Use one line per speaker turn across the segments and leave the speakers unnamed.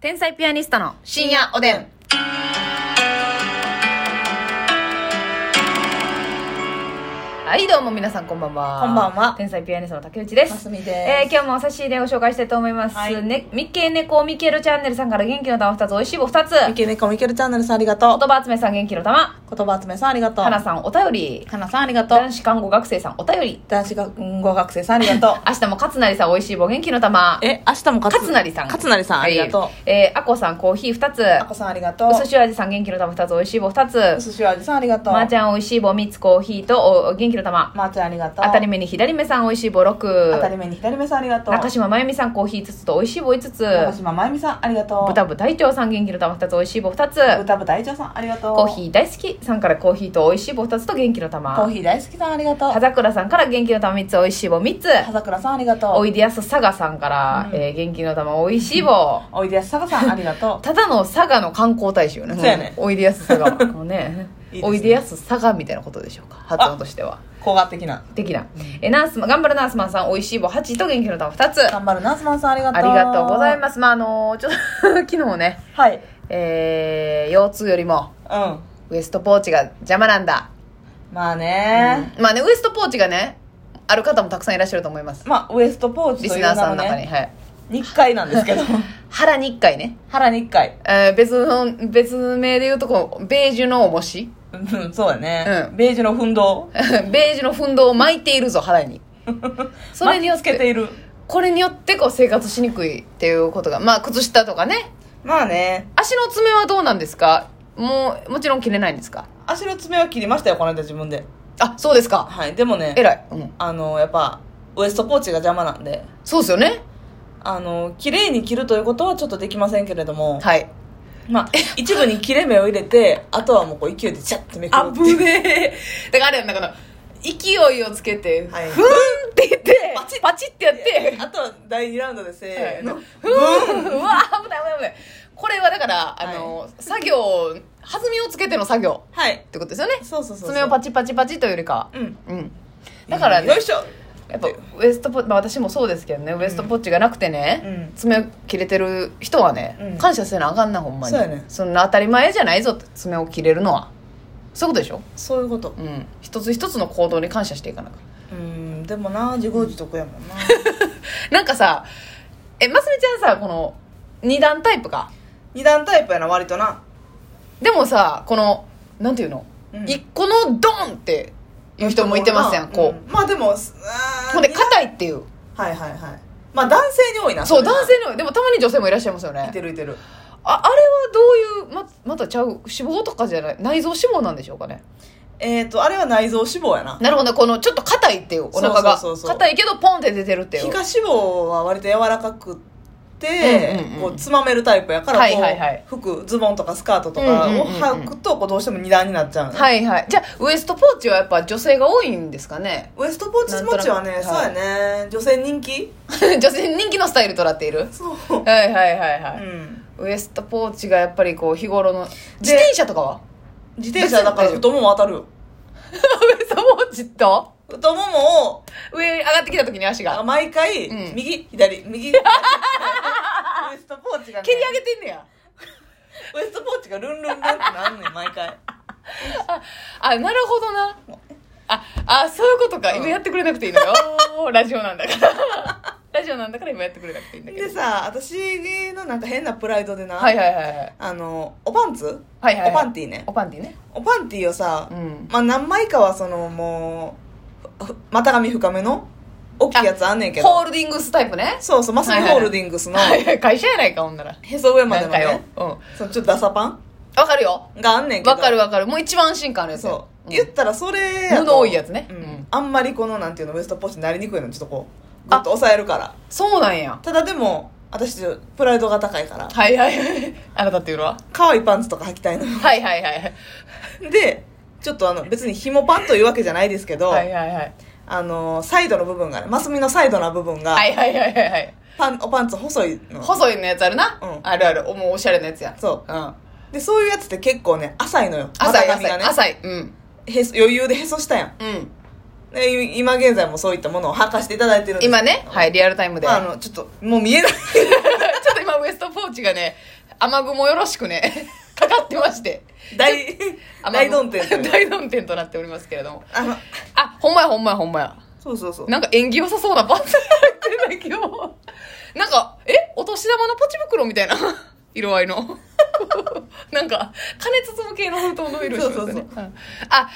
天才ピアニストの
深夜おでん。
はいどうも皆さんこんばんは
こんばんは
天才ピアニストの竹内で
ますすみ
え
で
ー、今日もお差し入れを紹介したいと思います、
はい
ね、みっけねこみけるチャンネルさんから元気の玉2つ美味しい棒2つ
す。み
言
けねこみけるチャンネルさんありがとう。
葉集めさん元気の玉
言葉集めさんありがとう。
はなさんお便り
かなさんありがとう。
男子看護学生さんお便り。
男子が語学生さんありがとう
明日も勝成さん美味しい棒元気の玉
え、明日も勝
勝成さん
勝成さんありがとう
は。いえー、あこさんコーヒー2つ
あこさんありがとう。
うすしお味さん元気の玉2つ美味しい棒2
う
つ
すしお味さんありがとう。
まーちゃん美味しい棒3つコーヒーとお元気の玉
まーちゃんありがとう。
当たり目に左目さん美味しい棒
当たり
6
目に左目さんありがとう。
中島まゆみさんコーヒー5つと美味しい棒5
中
つ
島まゆみさんありがとう。
豚部大腸さん元気の玉2つ美味しい棒2つ
豚部大長さんありがとう。
コーヒー大好きさんからコーヒーと美味しい棒2つと元気の
コー
玉
ヒー大好きさんありがとう
葉。桜さんから元気の玉3つ美味しい棒3つ
葉桜さんありがとう。
おいでやす佐賀さんから、
うん
えー元気の玉美味しい棒
おいでやすさかさんありが とう。
ただの佐賀の観光大使よね
そうやね
おいでやす佐 賀はもうね
いいですね
おいでやす佐賀みたいなことでしょうか発音としては
高画的な。
的なえナースマン頑張るナースマンさんおいしい棒8と元気の玉2つ
頑張るナースマンさんありがとう。
ありがとうござい
す。
ますまああのーちょっと 昨日ね
はい。
えー腰痛よりも
うん。
ウエストポーチが邪魔なんだ、
まあね、
まあねウエストポーチがねある方もたくさんいらっしゃると思います
まあウエストポーチ
リ
と
ス
いう
ナ
名
ーさん
の
の中に、
ね
はい
日回な んですけど
腹に1回ね、
腹日回
えー別の別名で言うとこうベージュの重し
うんそうだね、
う
ベージュの奮闘
ベージュのふんどを巻いているぞ腹 にそれによっ
つけて
て
いる
これによってこう生活しにくいっていうことがまあ靴下とかね
まあね
足の爪はどうなんですかもうもちろん切れないんですか
足の爪は切りましたよこの間自分で
あそうですか
はいでもね
えらい、うん、
あのやっぱウエストポーチが邪魔なんで
そうですよね
あの綺麗に切るということはちょっとできませんけれども、
はい
まあ一部に切れ目を入れてあとはもうこう勢いでジャッてめくる
あ
って
ぶ
いう
ねえ だからあれやんなこの勢いをつけて、
はい
ふんって言って
パ
パ
チ
チ
ッ
ッってやって
あとは第2ラウンドでせーの、
ふんうわ危ない危ない危ないこれはだからあの、作業弾みをつけての作業
はい
ってことですよね
そうそうそうそう
爪をパチパチパチというよりかは
うん
うんだからね
よいしょ
やっぱウエストポ、まあ、私もそうですけどねウエストポッチがなくてね、
うん
爪切れてる人はね、
うん
感謝せなあかんなほんまに
そうやね
んな当たり前じゃないぞって爪を切れるのはそういうことでしょ
そういうこと
うん一つ一つの行動に感謝していかなきゃ
うーんでもな自業自得やもんな
なんかさえますみちゃんさこの二段タイプか
二段タイプやな割とな
でもさこのなんていうの、
うん
一個のドンっていう人もいてますやんこう、
まあでもすあー
ほんで
二段
硬いっていう
はいはいはいまあ男性に多いな
そう
れな
男性のでもたまに女性もいらっしゃいますよね
いてるいてる
ああれはどういうままたちゃう脂肪とかじゃない内臓脂肪なんでしょうかね
えっ、ー、とあれは内臓脂肪やな
なるほどこのちょっと硬いっていうお腹が
そうそうそうそう
硬いけどポンって出てるってい
皮
う
下脂肪は割と柔らか
うんうん
くて、
うん
こうつまめるタイプやからこう、
はいはいはい
服ズボンとかスカートとか
うんうんう
を
んうん
履くとこうどうしても二段になっちゃうのよ、
はいはいじゃあウエストポーチはやっぱ女性が多いんですかね
ウエストポーチスモッチはね
なんと
そう
なく
やね女性人気
女性人気のスタイルとなっている
そう
はいはいはいは
う
い、
ん
ウエストポーチがやっぱりこう日頃の自転車とかは
自転車だから太もも渡るよ
ウエストポーチと
太ももを
上上がってきた時に足が
毎回、
うん
右左 右左ウエストポーチが、ね、
蹴り上げてんねや
ウエストポーチがルンルンルンってなんねん毎回
あなるほどなああそういうことか、
うん
今やってくれなくていいのよ ラジオなんだから ラジオなんだから今やってくれなくていいんだけ
で
ど
さ私のなんか変なプライドでな、
はいはいはいはい
あのおパンツ、
はいはいはい
おパンティーね
おパンティね
おパンティーをさ、
うん
まあ何枚かはそのもうふ股上深めの大きいやつあんねんけ
ホー
ど
ルディングスタイプね
そうそうマスミ
はいはい
ホ
は
ー
い
ルディングスの
はいはい会社やないかほんなら
へそ上まで
な
の
んかよ
ね
うんわ
そのちょっとダサパン
かるよ
があんねんけど
わかるわかるもう一番安心感あるやつ
そう、
ん
言ったらそれ
布多いやつね
うん
うん
あんまりこのなんていうのウエストポーチになりにくいのちょっとこうグッと押さえるから
そうなんや
ただでも私プライドが高いから
はいはいはいあなたっていうのは
可愛いパンツとか履きたいの
はいはいはい
でちょっとあの別に紐パンというわけじゃないですけど、
はいはいはい
あのサイドの部分がねマスミのサイドな部分が、
はいはいはいはいはい
パンおパンツ細いの
細いのやつあるな、
うん
あるあるおもうおしゃれなやつや
そ
うん
うでそういうやつって結構ね浅いのよ
浅い
股上
浅
が
い
ね
浅いうん
へそ余裕でへそしたやん
うん
で今現在もそういったものを履かしていただいてるんです
今ねはいリアルタイムで、
まあ、あのちょっともう見えない
ちょっと今ウエストポーチがね雨雲よろしくね かかってまして
大大曇天という
大曇天となっておりますけれども
あの
あほんまやほんまやほんまや
そうそうそう
なんか縁起良さそうなパン ツ入ってんだ今日なんかえお年玉のポチ袋みたいな 色合いの なんか加熱粒系の封筒の色してますねう
そう
んあ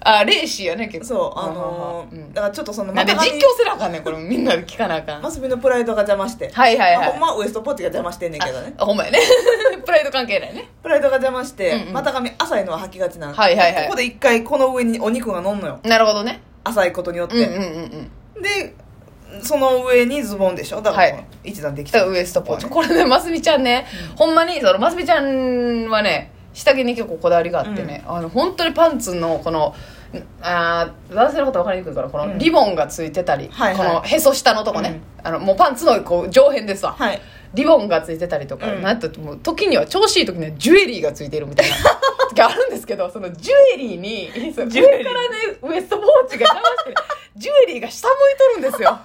あレーシーやね結構
そうあのー
うん
だからちょっとその
なんで
股
実
上
況せなあかんねんこれみんなで聞かなあかん
マスミのプライドが邪魔して
はいはい
ま
は
あ
い
ほんまはウエストポッチが邪魔してんねんけどね
あほんまやね プライド関係ないね
プライドが邪魔して、
うんうん
股上浅いのは履きがちなんで
はいはいはい
ここで一回この上にお肉が乗んのよ
なるほどね
浅いことによっ
うんうん
て、
うんうん
でその上にズボンでしょだから、
はい
一段でき
だ
た
からウエストポーチ
こ
これねますみちゃんね、ほんまにそのますみちゃんはね下着に結構こだわりがあってね、あの本当にパンツのこのあー男性のこと分かりにくいからこ
う
の
ん
リボンがついてたり、
はいはい
このへそ下のとこね、あのもうパンツのこう上辺ですわ、
れはい
リボンがついてたりとか、
うん
なんともう時には調子いい時にはジュエリーがついてるみたいな 時あるんですけどそのジュエリーにその
ジュエリー
上からねウエストポーチが邪魔してるジュエリーが下向いとるんですよ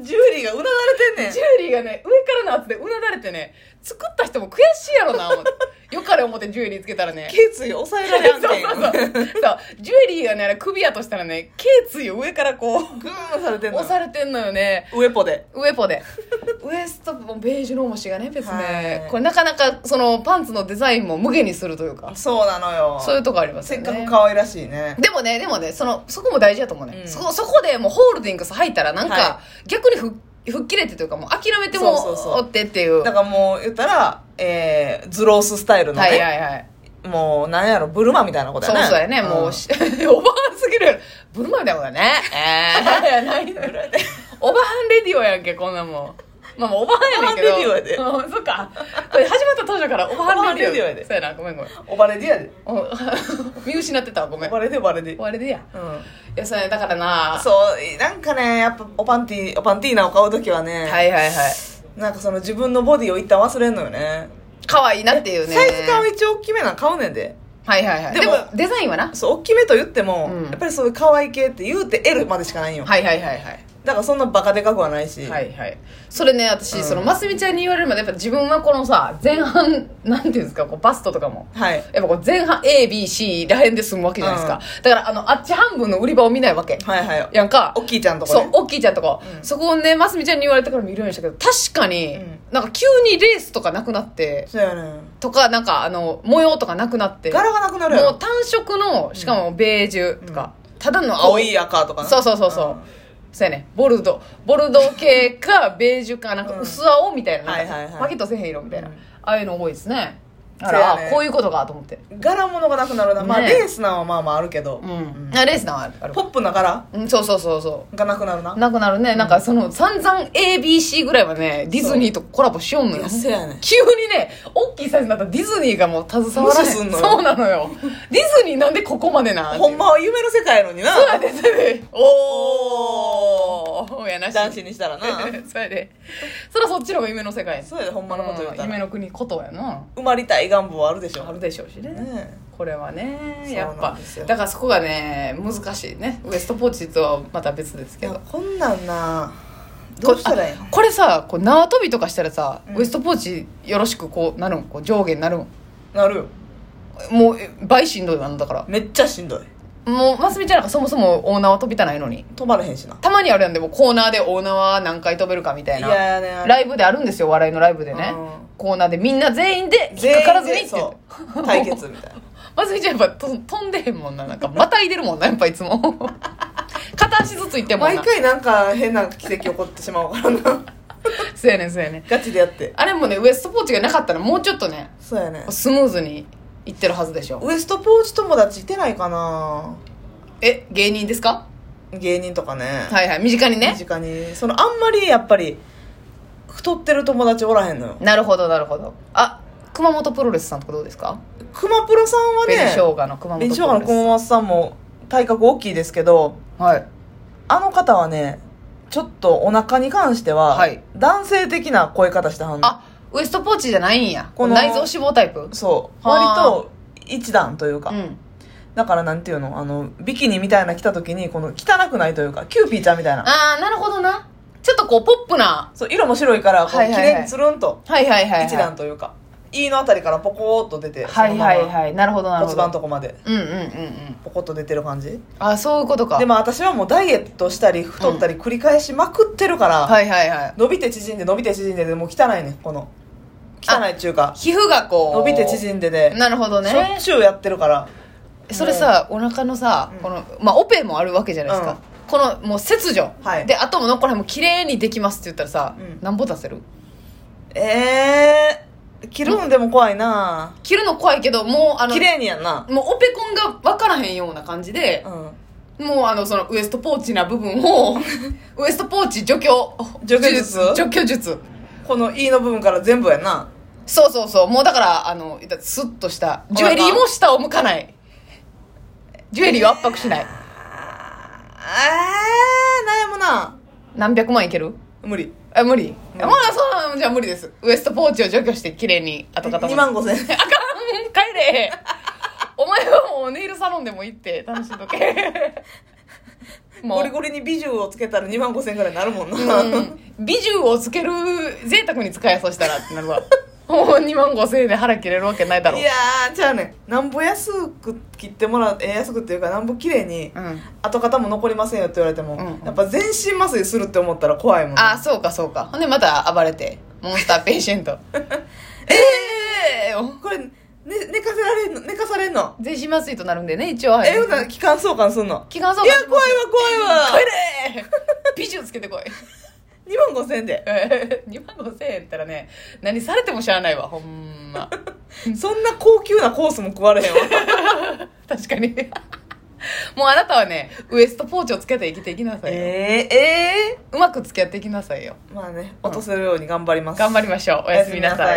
ジュエリーがうなだれ てんねん
ジュエリーがね、上からの圧でうなだれてね、作った人も悔しいやろな、思って。よかれ思ってジュエリーつけたら ね。
頸椎抑えられ
そ
ん
うそう
ねん
そうそうジュエリーがね、あれ首やとしたらね、頸椎を上からこう、
グーンされてんの
押されてんのよね。
上ポで
上ポ で。ウエストもベージュの重しがね、別ね
は。い
これなかなか、そのパンツのデザインも無限にするというか、
そうなのよ
そういうとこあります
せ
よ
っ
ね。
かく可愛らしいね
でもね、でもね、その、そこも大事だと思うね。
うん
そこ、そこでもうホールディングス入ったら、なんか、
は
逆にふっ、吹っ切れてというか、もう諦めても
そうそうそう
おってっていう。
だからもう言ったら、えー、ズローススタイルのね、
はいはいはい。
もうなんやろブルマみたいなこと
そ
や
う
ね
そうやね、もうし、 おばあんすぎるやろブルマみたいなもんだね。ええ ないのおばあんレディオやんけ、こんなもん。まあもうおばあんやねんけど。
おばはんレディオやで
うん そっか。これ始まった当初からおばあんレディオ。
おばはんレディオやで
そうやな、ごめんごめん
おばれでやで
お。 見失ってたわ、ごめ
お
ん。
ばれでおばれで、う
おあれでや。い
ん、
や、そうやね、だからな。
そうなんかねやっぱおパンティおパンティーナを買う時はね、
はいはいはい。
なんかその自分のボディを一旦忘れんのよね
可愛いなっていうね。
サイズ感は一応大きめなん買うねんで
はいはいはい。
で
で
も
も、デザインはな。
そう大きめと言っても、
うん
やっぱりそういう可愛い系って言うて L までしかないんよ、
はいはいはいはい。
だからそんなバカでかくはないし、
はいはい、それね私、
うん
そのますみちゃんに言われるまでやっぱ自分はこのさ前半なんていうんですかこうバストとかも
はい
やっぱこう前半 ABC らへんで済むわけじゃないですか、だからあのあっち半分の売り場を見ないわけ
はいはい
やんか
おっきいちゃんとこ
そう
ね
大きいちゃんとこ、
うん
そこをねますみちゃんに言われてから見るようにしたけど確かに、
うん
なんか急にレースとかなくなって
そうやね
とかなんかあの模様とかなくなっても
柄がなくなるやろ
う単色のしかもベージュとか、ただの
青
青い
い赤とかな
そうそうそうそう、
うん
そうやねボルドボルド系 かベージュかなんか薄青みたいな,、
は
な
い
んか
はいはい
パキッとせへん色みたいな、
うん
ああいうの多いですねあら、
そうやね
あこういうことかと思って
柄物がなくなるな、まあ
ね
レースなんはまあまああるけど、
うん、
うん
あレースなんはある
ポップな柄
うんそうそうそうそ
がなくなるな
うなくなるねなんかその散々 ABC ぐらいはねディズニーとコラボしよんのよ
いやせやねん
急にね大きいサイズになったらディズニーがもう携わら
無
へ
視
ん
すんのよ
そうなの よディズニーなんでここまでなん
ほんまは夢の世界やのにな
そうやでそうやでおおやなし
男子にしたらな
それでそらそっちの方が夢の世界や
そうやでほんまのこと言うた
うん
ら
夢の国ことやな
埋まりたい願望はあるでしょ
あるでしょうしね
ね
これはねやっ
そうなん
ぱ
ですよ
だからそこがね難しいねウエストポーチとはまた別です
い
け
や
ど
こんなんなどうしたらいい
これあこれさこう縄跳びとかしたらさ、
うん
ウエストポーチよろしくこうなるんこう上下になるん
なるよ
もうえ倍しんどいなのだから
めっちゃしんどい
もうますみちゃんなんかそもそも大縄跳びたないのに
止まれへんしな
たまにあるやんでもコーナーで大縄何回跳べるかみたい
い
な
やねあれ
ライブであるんですよ笑いのライブでね、
うん
コーナーでみんな全員で引っ
全
かから
員
ずにっ
で
て言って
そう対決 みたいな
ますみちゃんやっぱと飛んでへんもんななんかまたいでるもんなやっぱいつ も片足ずついってんもん
毎
な
回なんか変な奇跡起こってしまうからな
そうやねんそうやねん
ガチでやって
あれもねウエストポーチがなかったらもうちょっとね
そうやね
スムーズにいってるはずでしょ
ウエストポーチ友達いてないかな
え芸人ですか
芸人とかね
はいはい身近に
身
ね
近にそのあんまりやっぱり太ってる友達おらへんのよ
なるほどなるほどあ熊本プロレスさんとかどうですか
熊プロさんはね
紅生姜の熊本プロレス
紅生姜の小松さんも体格大きいですけど
はい
あの方はねちょっとお腹に関しては、
はい
男性的な声方してはんの
あウエストポーチじゃないんや
この
内臓脂肪タイプ
そう割
はあ
と一段というか、
うん
だからなんていうのあのビキニみたいな着た時にこの汚くないというかキューピーちゃんみたいな
ああなるほどなちょっとこうポップな
そう色も白いからこう、
はいはいはい
綺麗につるんと
はいはいはい、はい、
一段というか、胃のあたりからポコーっと出て
はいはい
い
はいなるほどなるほ
骨
ど
盤のとこまで
うんうんうんうん
ポコッと出てる感じ
あそういうことか
でも私はもうダイエットしたり太ったり繰り返しまくってるから、
はいはいはい
伸びて縮んで伸びて縮んででもう汚いねこの汚いっちゅうか
皮膚がこう
伸びて縮んでで、
なるほど
しょ
ね
っちゅうやってるから
それさお腹のさ
うん
このまあオペもあるわけじゃないです
う
か
ん
このもう切除
はい
であとも残らへんも綺麗にできますって言ったらさ
うん
なんぼ出せる
えー、切るんでも怖いな
切るの怖いけどもうあの
綺麗にやんな
もうオペコンが分からへんような感じで
うん
もうあのそのウエストポーチな部分 をウエストポーチ除去
除去術
除去術
この E の部分から全部やんな
そうそうそうもうだからあのだスッとしたジュエリーも下を向かないジュエリーを圧迫しない
えー、悩むな
何百万いける
無理
あ無理、
うん
まあそうじゃあ無理ですウエストポーチを除去して綺麗に跡形も
2万5千円
あかん帰れお前はもうネイルサロンでも行って楽しんどけも
ゴ
う
リゴリに美獣をつけたら2万5千円ぐらいになるもんな、
うん美獣をつける贅沢に使えそうしたらってな るわもう2万5千円で腹切れるわけないだろ
いやーじゃあねなんぼ安く切ってもらうえー安くっていうかなんぼ綺麗に
うん、
跡形も残りませんよって言われても、
うんうん
やっぱ全身麻酔するって思ったら怖いもん
あそうかそうかほんでまた暴れてモンスターペイシェン トええー、
これ、ね、寝かせられんの寝かされんの
全身麻酔となるんでね一応はい
えうな気管相関すんの
気がそう
いや怖いわ怖いわ
帰れ美獣つけてこい
2万5千円で
2万5千円やったらね何されても知らないわほんま
そんな高級なコースも食われへんわ
確かにもうあなたはねウエストポーチをつけて生きていきなさいよ、
えー、え
うまく付き合っていきなさいよ
ー、まあね落とせるように頑張ります、
頑張りましょうおやすみなさい